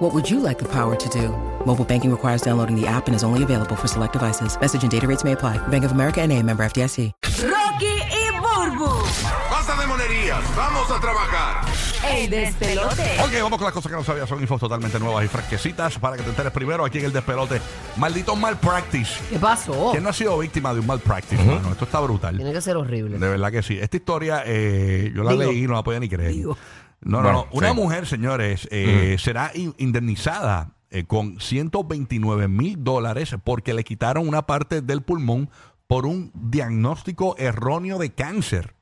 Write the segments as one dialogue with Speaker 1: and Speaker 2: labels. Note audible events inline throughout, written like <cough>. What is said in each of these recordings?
Speaker 1: What would you like the power to do? Mobile banking requires downloading the app and is only available for select devices. Message and data rates may apply. Bank of America and a member FDIC.
Speaker 2: Rocky y Burbu.
Speaker 3: Basta de monerías, vamos a trabajar.
Speaker 2: El despelote.
Speaker 3: Ok, vamos con las cosas que no sabías. Son infos totalmente nuevas y fresquecitas para que te enteres primero aquí en el despelote. Maldito malpractice.
Speaker 4: ¿Qué pasó?
Speaker 3: ¿Quién no ha sido víctima de un malpractice, mano? Esto está brutal.
Speaker 4: Tiene que ser horrible.
Speaker 3: De verdad que sí. Esta historia eh, yo la
Speaker 4: Digo.
Speaker 3: leí y no la podía ni creer.
Speaker 4: Digo.
Speaker 3: No, no, no. Una mujer, señores, eh, será in- indemnizada eh, con 129 mil dólares porque le quitaron una parte del pulmón por un diagnóstico erróneo de cáncer.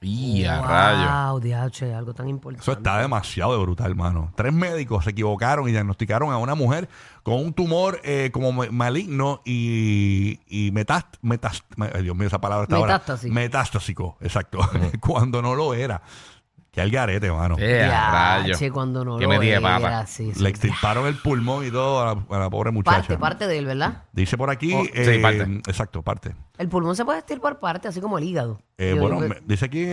Speaker 5: Y a
Speaker 4: wow,
Speaker 5: rayo.
Speaker 4: DH, algo tan importante.
Speaker 3: Eso está demasiado de brutal, hermano. Tres médicos se equivocaron y diagnosticaron a una mujer con un tumor eh, como ma- maligno y, y metast, metast- ma- ay, Dios mío, esa palabra está ahora.
Speaker 4: Metástasis.
Speaker 3: Metastásico, exacto. <laughs> Cuando no lo era. Que al garete, hermano.
Speaker 5: Eh, a
Speaker 4: DH,
Speaker 5: rayo.
Speaker 4: cuando no
Speaker 5: Qué
Speaker 4: lo
Speaker 5: metida de
Speaker 4: era,
Speaker 5: papa.
Speaker 4: sí, sí.
Speaker 3: Le extirparon el pulmón y todo a la, a la pobre muchacha.
Speaker 4: Parte, parte de él, ¿verdad?
Speaker 3: Dice por aquí. eh,
Speaker 5: Oh, sí, parte.
Speaker 3: Exacto, parte.
Speaker 4: El pulmón se puede estirpar parte, así como el hígado.
Speaker 3: Eh,
Speaker 4: Yo
Speaker 3: bueno,
Speaker 4: digo
Speaker 3: me-
Speaker 4: que-
Speaker 3: dice aquí,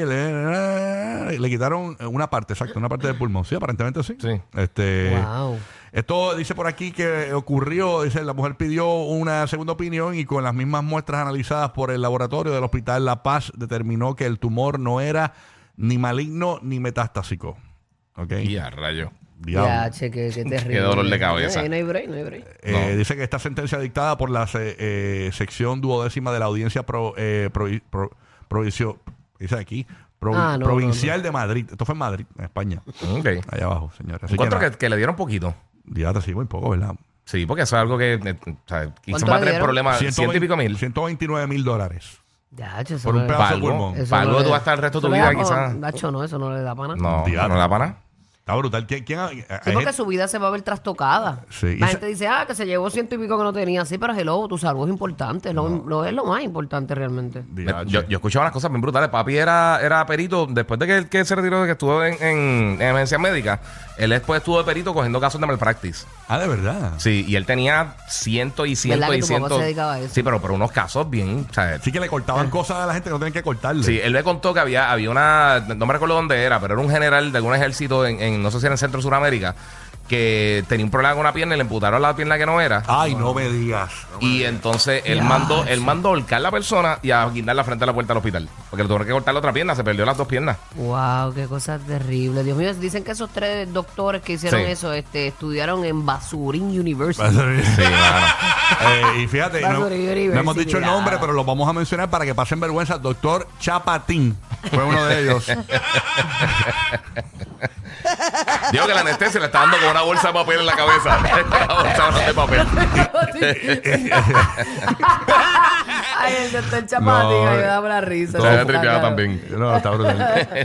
Speaker 3: le, le quitaron una parte, exacto, una parte del pulmón. Sí, aparentemente sí.
Speaker 5: Sí.
Speaker 3: Este,
Speaker 5: eh,
Speaker 4: Wow.
Speaker 3: Esto dice por aquí que ocurrió, dice, la mujer pidió una segunda opinión y con las mismas muestras analizadas por el laboratorio del Hospital La Paz determinó que el tumor no era ni maligno ni metastásico. ¿Ok?
Speaker 5: Y a rayo.
Speaker 3: Diablo.
Speaker 4: DH, qué,
Speaker 5: <laughs>
Speaker 4: qué terrible.
Speaker 5: dolor de cabeza.
Speaker 4: Eh, No hay break, no hay break.
Speaker 3: Eh, Dice que esta sentencia dictada por la se- eh, sección duodécima de la audiencia pro, eh, provi- pro- provicio- dice aquí, provi-
Speaker 4: Ah, no,
Speaker 3: provincial de Madrid. Esto fue en Madrid, en España.
Speaker 5: Ok.
Speaker 3: Allá abajo, señores. Así
Speaker 5: Encuentro
Speaker 3: que,
Speaker 5: que, que le dieron poquito.
Speaker 3: Ya te muy poco, ¿verdad?
Speaker 5: Sí, porque eso es algo que. eh, o sea, quizás
Speaker 4: ¿Cuánto
Speaker 5: va a
Speaker 4: le
Speaker 5: tener
Speaker 4: dieron?
Speaker 5: problemas. Ciento y
Speaker 3: 120
Speaker 5: pico mil.
Speaker 3: 129 mil dólares.
Speaker 4: DH, eso
Speaker 3: Por
Speaker 4: no
Speaker 3: un
Speaker 4: le da-
Speaker 3: pedazo de
Speaker 5: Palgo.
Speaker 3: pulmón.
Speaker 4: eso
Speaker 5: Palgo
Speaker 4: no le-
Speaker 5: tú vas a estar el resto de
Speaker 4: eso
Speaker 5: tu
Speaker 4: le da
Speaker 5: vida,
Speaker 4: por-
Speaker 5: quizás.
Speaker 4: Dacho, no, eso no le da pana.
Speaker 5: No,
Speaker 3: Diablo.
Speaker 5: no la pana.
Speaker 3: Está brutal. ¿Quién, quién, eh,
Speaker 4: Sí,
Speaker 3: hay
Speaker 4: porque
Speaker 3: gente-
Speaker 4: su vida se va a ver trastocada.
Speaker 3: Sí, y
Speaker 4: La
Speaker 3: se-
Speaker 4: gente dice, ah, que se llevó ciento y pico que no tenía. Sí, pero hello, tu salud es importante. es lo- lo es lo más importante realmente.
Speaker 5: Me-
Speaker 3: Diablo.
Speaker 5: Yo, yo escuchaba unas cosas bien brutales. Papi era, era perito. Después de que, él- que se retiró, de que estuvo en, en, en emergencia médica, él después estuvo de perito cogiendo casos de malpractice.
Speaker 3: Ah, de verdad.
Speaker 5: Sí, y él tenía cientos y cientos
Speaker 4: que
Speaker 5: y
Speaker 4: tu papá
Speaker 5: cientos.
Speaker 4: se dedicaba a eso?
Speaker 5: Sí, pero, pero unos casos bien. O sea,
Speaker 3: Sí que le cortaban cosas a la gente que no tenían que cortarle.
Speaker 5: Sí, él me contó que había, había una, no me recuerdo dónde era, pero era un general de algún ejército en, en- no sé si era en Centro Suramérica, que tenía un problema con una pierna y le imputaron la pierna que no era.
Speaker 3: Ay, no me digas.
Speaker 5: Y entonces él
Speaker 4: Ya,
Speaker 5: mandó,
Speaker 4: sí.
Speaker 5: él mandó a ahorcar a la persona y a guindar la frente a la puerta del hospital. Porque le tuvieron que cortar la otra pierna, se perdió las dos piernas.
Speaker 4: Wow, qué cosa terrible. Dios mío, dicen que esos tres doctores que hicieron
Speaker 5: Sí.
Speaker 4: eso, este, estudiaron en
Speaker 3: <laughs>
Speaker 4: Basurín University. <laughs>
Speaker 5: Sí,
Speaker 3: Eh,
Speaker 5: mano.
Speaker 3: y fíjate,
Speaker 4: Va a
Speaker 3: no,
Speaker 4: sobrevivir,
Speaker 3: no hemos
Speaker 4: sí,
Speaker 3: dicho el
Speaker 4: claro.
Speaker 3: nombre, pero lo vamos a mencionar para que pasen vergüenza. Doctor Chapatín fue uno de
Speaker 4: <laughs>
Speaker 3: ellos.
Speaker 5: Digo que la anestesia le está dando con una bolsa de papel en la cabeza. <laughs> Una bolsa de papel. <laughs>
Speaker 3: <laughs>
Speaker 4: Ay, el doctor Chapati,
Speaker 3: No,
Speaker 4: ay, me daba la risa.
Speaker 5: Se
Speaker 4: Está
Speaker 5: había tripeado
Speaker 4: claro.
Speaker 5: también.
Speaker 3: no, está
Speaker 4: <laughs>
Speaker 3: brutal.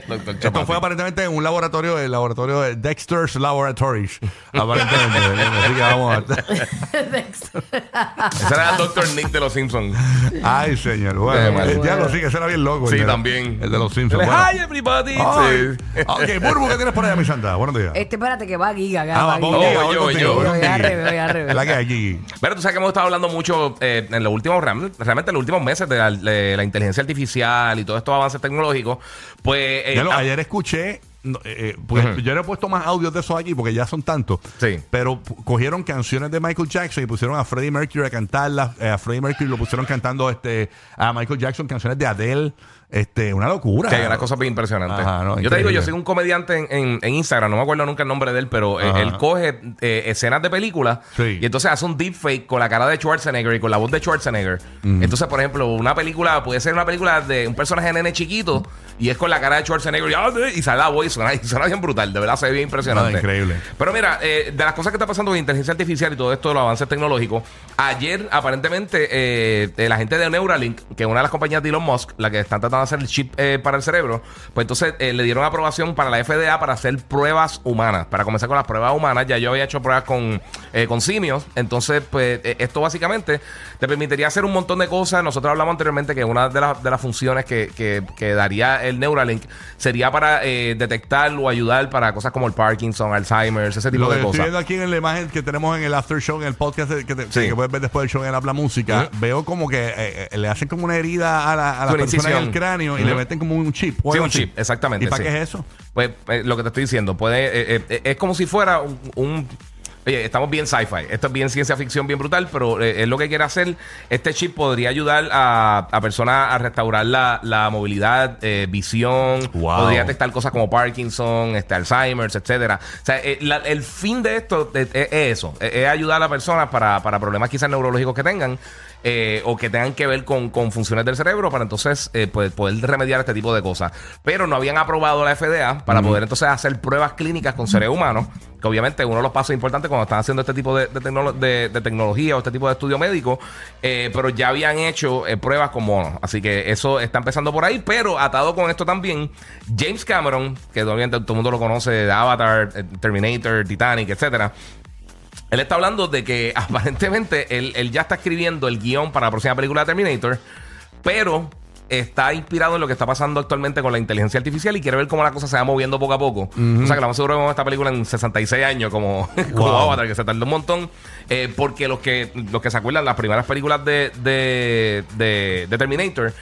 Speaker 5: Doctor
Speaker 3: Esto fue
Speaker 5: Chapati.
Speaker 3: aparentemente en un laboratorio, el laboratorio de Dexter's Laboratories. Aparentemente. Así que vamos a... <laughs>
Speaker 5: Ese era el Doctor Nick de los Simpsons.
Speaker 3: Ay, señor.
Speaker 5: Qué
Speaker 3: Bueno,
Speaker 5: mal.
Speaker 3: ya lo sí, que será bien loco. el
Speaker 5: Sí,
Speaker 3: de-
Speaker 5: también.
Speaker 3: El de los Simpsons.
Speaker 5: Hi,
Speaker 3: Bueno.
Speaker 5: everybody.
Speaker 3: Ay.
Speaker 5: Sí.
Speaker 3: Ah, Ok, Burbu, ¿qué tienes por allá, mi santa? Buenos días.
Speaker 4: Este, espérate, que va Giga.
Speaker 3: Ah,
Speaker 4: va,
Speaker 3: vamos,
Speaker 4: Giga.
Speaker 5: yo,
Speaker 3: voy
Speaker 5: yo,
Speaker 3: contigo,
Speaker 5: yo.
Speaker 3: voy
Speaker 4: Voy al
Speaker 3: contigo.
Speaker 4: revés, voy eh, al revés.
Speaker 3: La que hay aquí.
Speaker 5: Pero tú sabes que hemos estado hablando mucho eh, en los últimos, real- realmente en los últimos meses de la, de la inteligencia artificial y todos estos avances tecnológicos. Pues eh,
Speaker 3: Ya lo-
Speaker 5: ah,
Speaker 3: ayer escuché, no, eh, eh, porque
Speaker 5: Ujú.
Speaker 3: yo no he puesto más audios de esos aquí porque ya son tantos.
Speaker 5: Sí.
Speaker 3: Pero p- cogieron canciones de Michael Jackson y pusieron a Freddie Mercury a cantarlas. eh, a Freddie Mercury lo pusieron cantando este a Michael Jackson canciones de Adele. Este, una locura.
Speaker 5: que hay unas cosas bien impresionantes.
Speaker 3: Ajá, no,
Speaker 5: yo te digo,
Speaker 3: increíble.
Speaker 5: yo soy un comediante en, en- en Instagram, no me acuerdo nunca el nombre de él, pero eh,
Speaker 3: Ajá.
Speaker 5: él coge eh, escenas de películas
Speaker 3: Sí.
Speaker 5: y entonces hace un deepfake con la cara de Schwarzenegger y con la voz de Schwarzenegger. Entonces, por ejemplo, una película puede ser una película de un personaje de nene chiquito y es con la cara de Schwarzenegger y, "Ah, sí", y sale la voz suena, suena bien brutal, de verdad se ve bien impresionante.
Speaker 3: Ah, increíble.
Speaker 5: Pero mira, eh, de las cosas que está pasando con inteligencia artificial y todo esto de los avances tecnológicos, ayer aparentemente eh, eh, la gente de Neuralink, que es una de las compañías de Elon Musk, la que están tratando de hacer el chip eh, para el cerebro, pues entonces eh, le dieron aprobación para la FDA para hacer pruebas humanas, para comenzar con las pruebas humanas. Ya yo había hecho pruebas con, eh, con simios, entonces pues eh, esto básicamente te permitiría hacer un montón de cosas. Nosotros hablamos anteriormente que una de, las- de las funciones que, que- que daría el Neuralink sería para eh, detectar o ayudar para cosas como el Parkinson, Alzheimer, ese tipo
Speaker 3: Lo que
Speaker 5: de
Speaker 3: estoy
Speaker 5: cosas.
Speaker 3: viendo aquí en la imagen que tenemos en el after show, en el podcast que, te-
Speaker 5: Sí.
Speaker 3: que puedes ver después del show en Habla Música, veo como que eh, eh, le hacen como una herida a la, a la
Speaker 5: Con
Speaker 3: persona en el
Speaker 5: incisión.
Speaker 3: cráneo y
Speaker 5: Ujú.
Speaker 3: le meten como un chip. o
Speaker 5: Sí,
Speaker 3: algo
Speaker 5: un
Speaker 3: así.
Speaker 5: chip, exactamente,
Speaker 3: ¿Y para
Speaker 5: sí.
Speaker 3: qué es eso?
Speaker 5: Pues eh, lo que te estoy diciendo, puede, eh, eh, es como si fuera un... un- Oye, estamos bien sci-fi. Esto es bien ciencia ficción, bien brutal, pero eh, es lo que quiere hacer. Este chip podría ayudar a, a personas a restaurar la, la movilidad, eh, visión,
Speaker 3: Wow.
Speaker 5: podría detectar cosas como Parkinson, este, Alzheimer's, etcétera. O sea, eh, la- el fin de esto de- es, es eso, es, es ayudar a las personas para, para problemas quizás neurológicos que tengan eh, o que tengan que ver con, con funciones del cerebro para entonces eh, pues, poder remediar este tipo de cosas. Pero no habían aprobado la FDA para poder entonces hacer pruebas clínicas con seres humanos, que obviamente uno de los pasos importantes cuando están haciendo este tipo de, de tecnolo- de- de tecnología o este tipo de estudio médico, eh, pero ya habían hecho eh, pruebas con monos. Así que eso está empezando por ahí, pero atado con esto también, James Cameron, que obviamente todo el mundo lo conoce, de Avatar, eh, Terminator, Titanic, etcétera. Él está hablando de que <laughs> aparentemente él, él ya está escribiendo el guión para la próxima película de Terminator, pero está inspirado en lo que está pasando actualmente con la inteligencia artificial y quiere ver cómo la cosa se va moviendo poco a poco. O sea que lo más seguro es que vamos a ver esta película en 66 años, como, <laughs> como
Speaker 3: Wow.
Speaker 5: Avatar, que se tardó un montón, eh, porque los que, los que se acuerdan, las primeras películas de, de, de- de Terminator,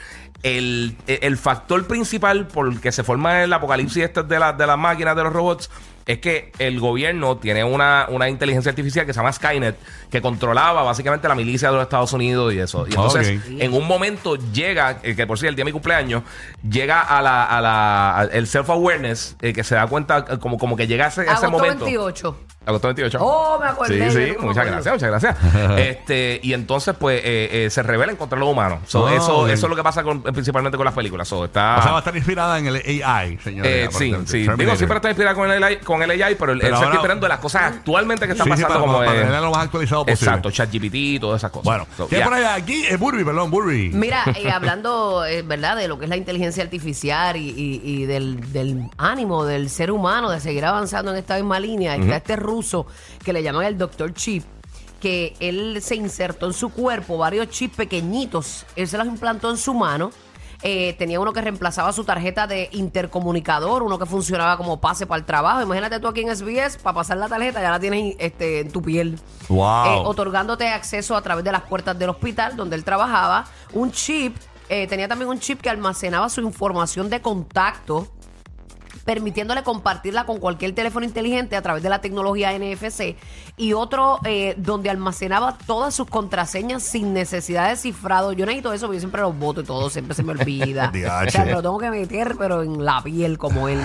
Speaker 5: el, el factor principal por el que se forma el apocalipsis este de, la- de las máquinas, de los robots, es que el gobierno tiene una, una inteligencia artificial que se llama Skynet, que controlaba básicamente la milicia de los Estados Unidos y eso. Y entonces,
Speaker 3: Ok.
Speaker 5: en un momento llega, eh, que por si el día de mi cumpleaños, llega a la, a la a- el self-awareness, eh, que se da cuenta eh, como, como que llega ese, ese
Speaker 4: Agosto
Speaker 5: momento.
Speaker 4: 28.
Speaker 5: Agosto 28.
Speaker 4: Oh, me acordé,
Speaker 5: Sí,
Speaker 4: yo
Speaker 5: sí,
Speaker 4: no me
Speaker 5: muchas
Speaker 4: acuerdo.
Speaker 5: gracias, muchas
Speaker 3: <laughs>
Speaker 5: gracias. este, y entonces, pues, eh, eh, se rebelan contra los humanos. So,
Speaker 3: Ah,
Speaker 5: eso,
Speaker 3: ok.
Speaker 5: eso es lo que pasa con- principalmente con las películas. So, está.
Speaker 3: O sea, va a estar inspirada en el AI, señores.
Speaker 5: Ah. Eh, sí,
Speaker 3: aparentemente.
Speaker 5: sí. Digo,
Speaker 3: Terminator.
Speaker 5: siempre está inspirada con el AI, con el AI, pero
Speaker 3: Pero
Speaker 5: él, él se
Speaker 3: ahora-
Speaker 5: está inspirando de las cosas actualmente que están
Speaker 3: Sí, sí,
Speaker 5: pasando
Speaker 3: para-
Speaker 5: como
Speaker 3: para
Speaker 5: eh,
Speaker 3: tenerla lo más actualizado posible.
Speaker 5: Exacto, ChatGPT y todas esas cosas.
Speaker 3: Bueno,
Speaker 5: So,
Speaker 3: ¿qué
Speaker 5: yeah.
Speaker 3: por allá? Aquí es Burby, perdón, Burby.
Speaker 4: Mira, eh, hablando, eh, ¿verdad?, de lo que es la inteligencia artificial y, y- y del, del ánimo del ser humano de seguir avanzando en esta misma línea, está este ruso que le llaman el Dr. Chip, que él se insertó en su cuerpo varios chips pequeñitos, él se los implantó en su mano. eh, tenía uno que reemplazaba su tarjeta de intercomunicador, uno que funcionaba como pase para el trabajo. Imagínate tú aquí en SBS, para pasar la tarjeta ya la tienes este, en tu piel.
Speaker 3: Wow.
Speaker 4: Eh, otorgándote acceso a través de las puertas del hospital donde él trabajaba. Un chip, eh, tenía también un chip que almacenaba su información de contacto, permitiéndole compartirla con cualquier teléfono inteligente a través de la tecnología NFC. Y otro eh, donde almacenaba todas sus contraseñas sin necesidad de cifrado. Yo necesito eso porque yo siempre los voto y todo, siempre
Speaker 3: <laughs>
Speaker 4: se me olvida.
Speaker 3: Diache.
Speaker 4: o sea, me lo tengo que meter, pero en la piel
Speaker 3: <laughs>
Speaker 4: como él.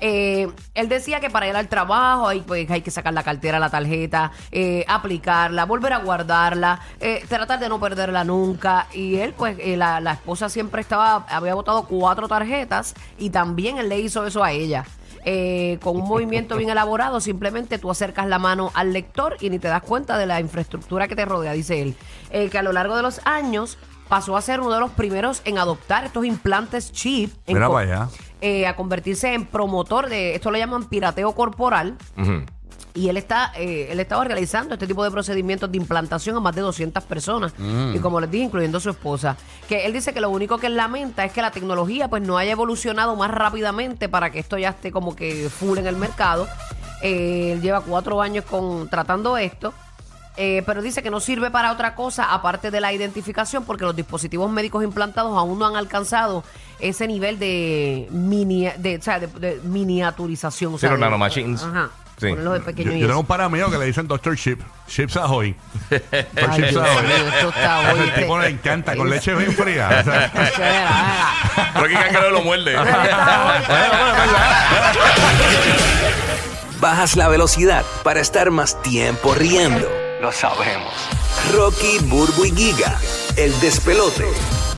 Speaker 4: Eh, él decía que para ir al trabajo hay, pues, hay que sacar la cartera, la tarjeta, eh, aplicarla, volver a guardarla, eh, tratar de no perderla nunca. Y él, pues, eh, la, la esposa siempre estaba, había votado cuatro tarjetas y también él le hizo eso a ella. Eh, con un movimiento bien elaborado, simplemente tú acercas la mano al lector y ni te das cuenta de la infraestructura que te rodea, dice él. Eh, que a lo largo de los años pasó a ser uno de los primeros en adoptar estos implantes chip. en
Speaker 3: Mira
Speaker 4: co-
Speaker 3: para allá.
Speaker 4: eh, a convertirse en promotor de esto lo llaman pirateo corporal
Speaker 5: Ujú.
Speaker 4: y él está eh, él estaba realizando este tipo de procedimientos de implantación a más de 200 personas
Speaker 5: Mm.
Speaker 4: y como les dije incluyendo su esposa que él dice que lo único que él lamenta es que la tecnología pues no haya evolucionado más rápidamente para que esto ya esté como que full en el mercado Eh, él lleva cuatro años con tratando esto eh, pero dice que no sirve para otra cosa aparte de la identificación porque los dispositivos médicos implantados aún no han alcanzado ese nivel de, mini, de, o sea, de- de miniaturización. o sea,
Speaker 5: los
Speaker 4: de-
Speaker 5: nanomachines.
Speaker 4: Ajá.
Speaker 5: Sí.
Speaker 4: Ponerlos de
Speaker 3: Yo,
Speaker 4: pequeño
Speaker 3: yo
Speaker 4: y
Speaker 3: tengo
Speaker 4: eso.
Speaker 3: un pana mío que le dicen Doctor Chip. Chips Ahoy. Por
Speaker 4: Ay,
Speaker 3: Chips
Speaker 4: Dios
Speaker 3: Ahoy.
Speaker 4: mío, esto
Speaker 3: <laughs>
Speaker 4: está hoy.
Speaker 3: Ese tipo le encanta, con leche bien fría. O sea,
Speaker 4: <laughs> O sea, era- era-
Speaker 5: Rocky Cangrejo
Speaker 4: <laughs>
Speaker 5: lo muerde.
Speaker 6: Bajas la velocidad para estar más tiempo riendo. Lo sabemos. Rocky, Burbu y Giga, el despelote.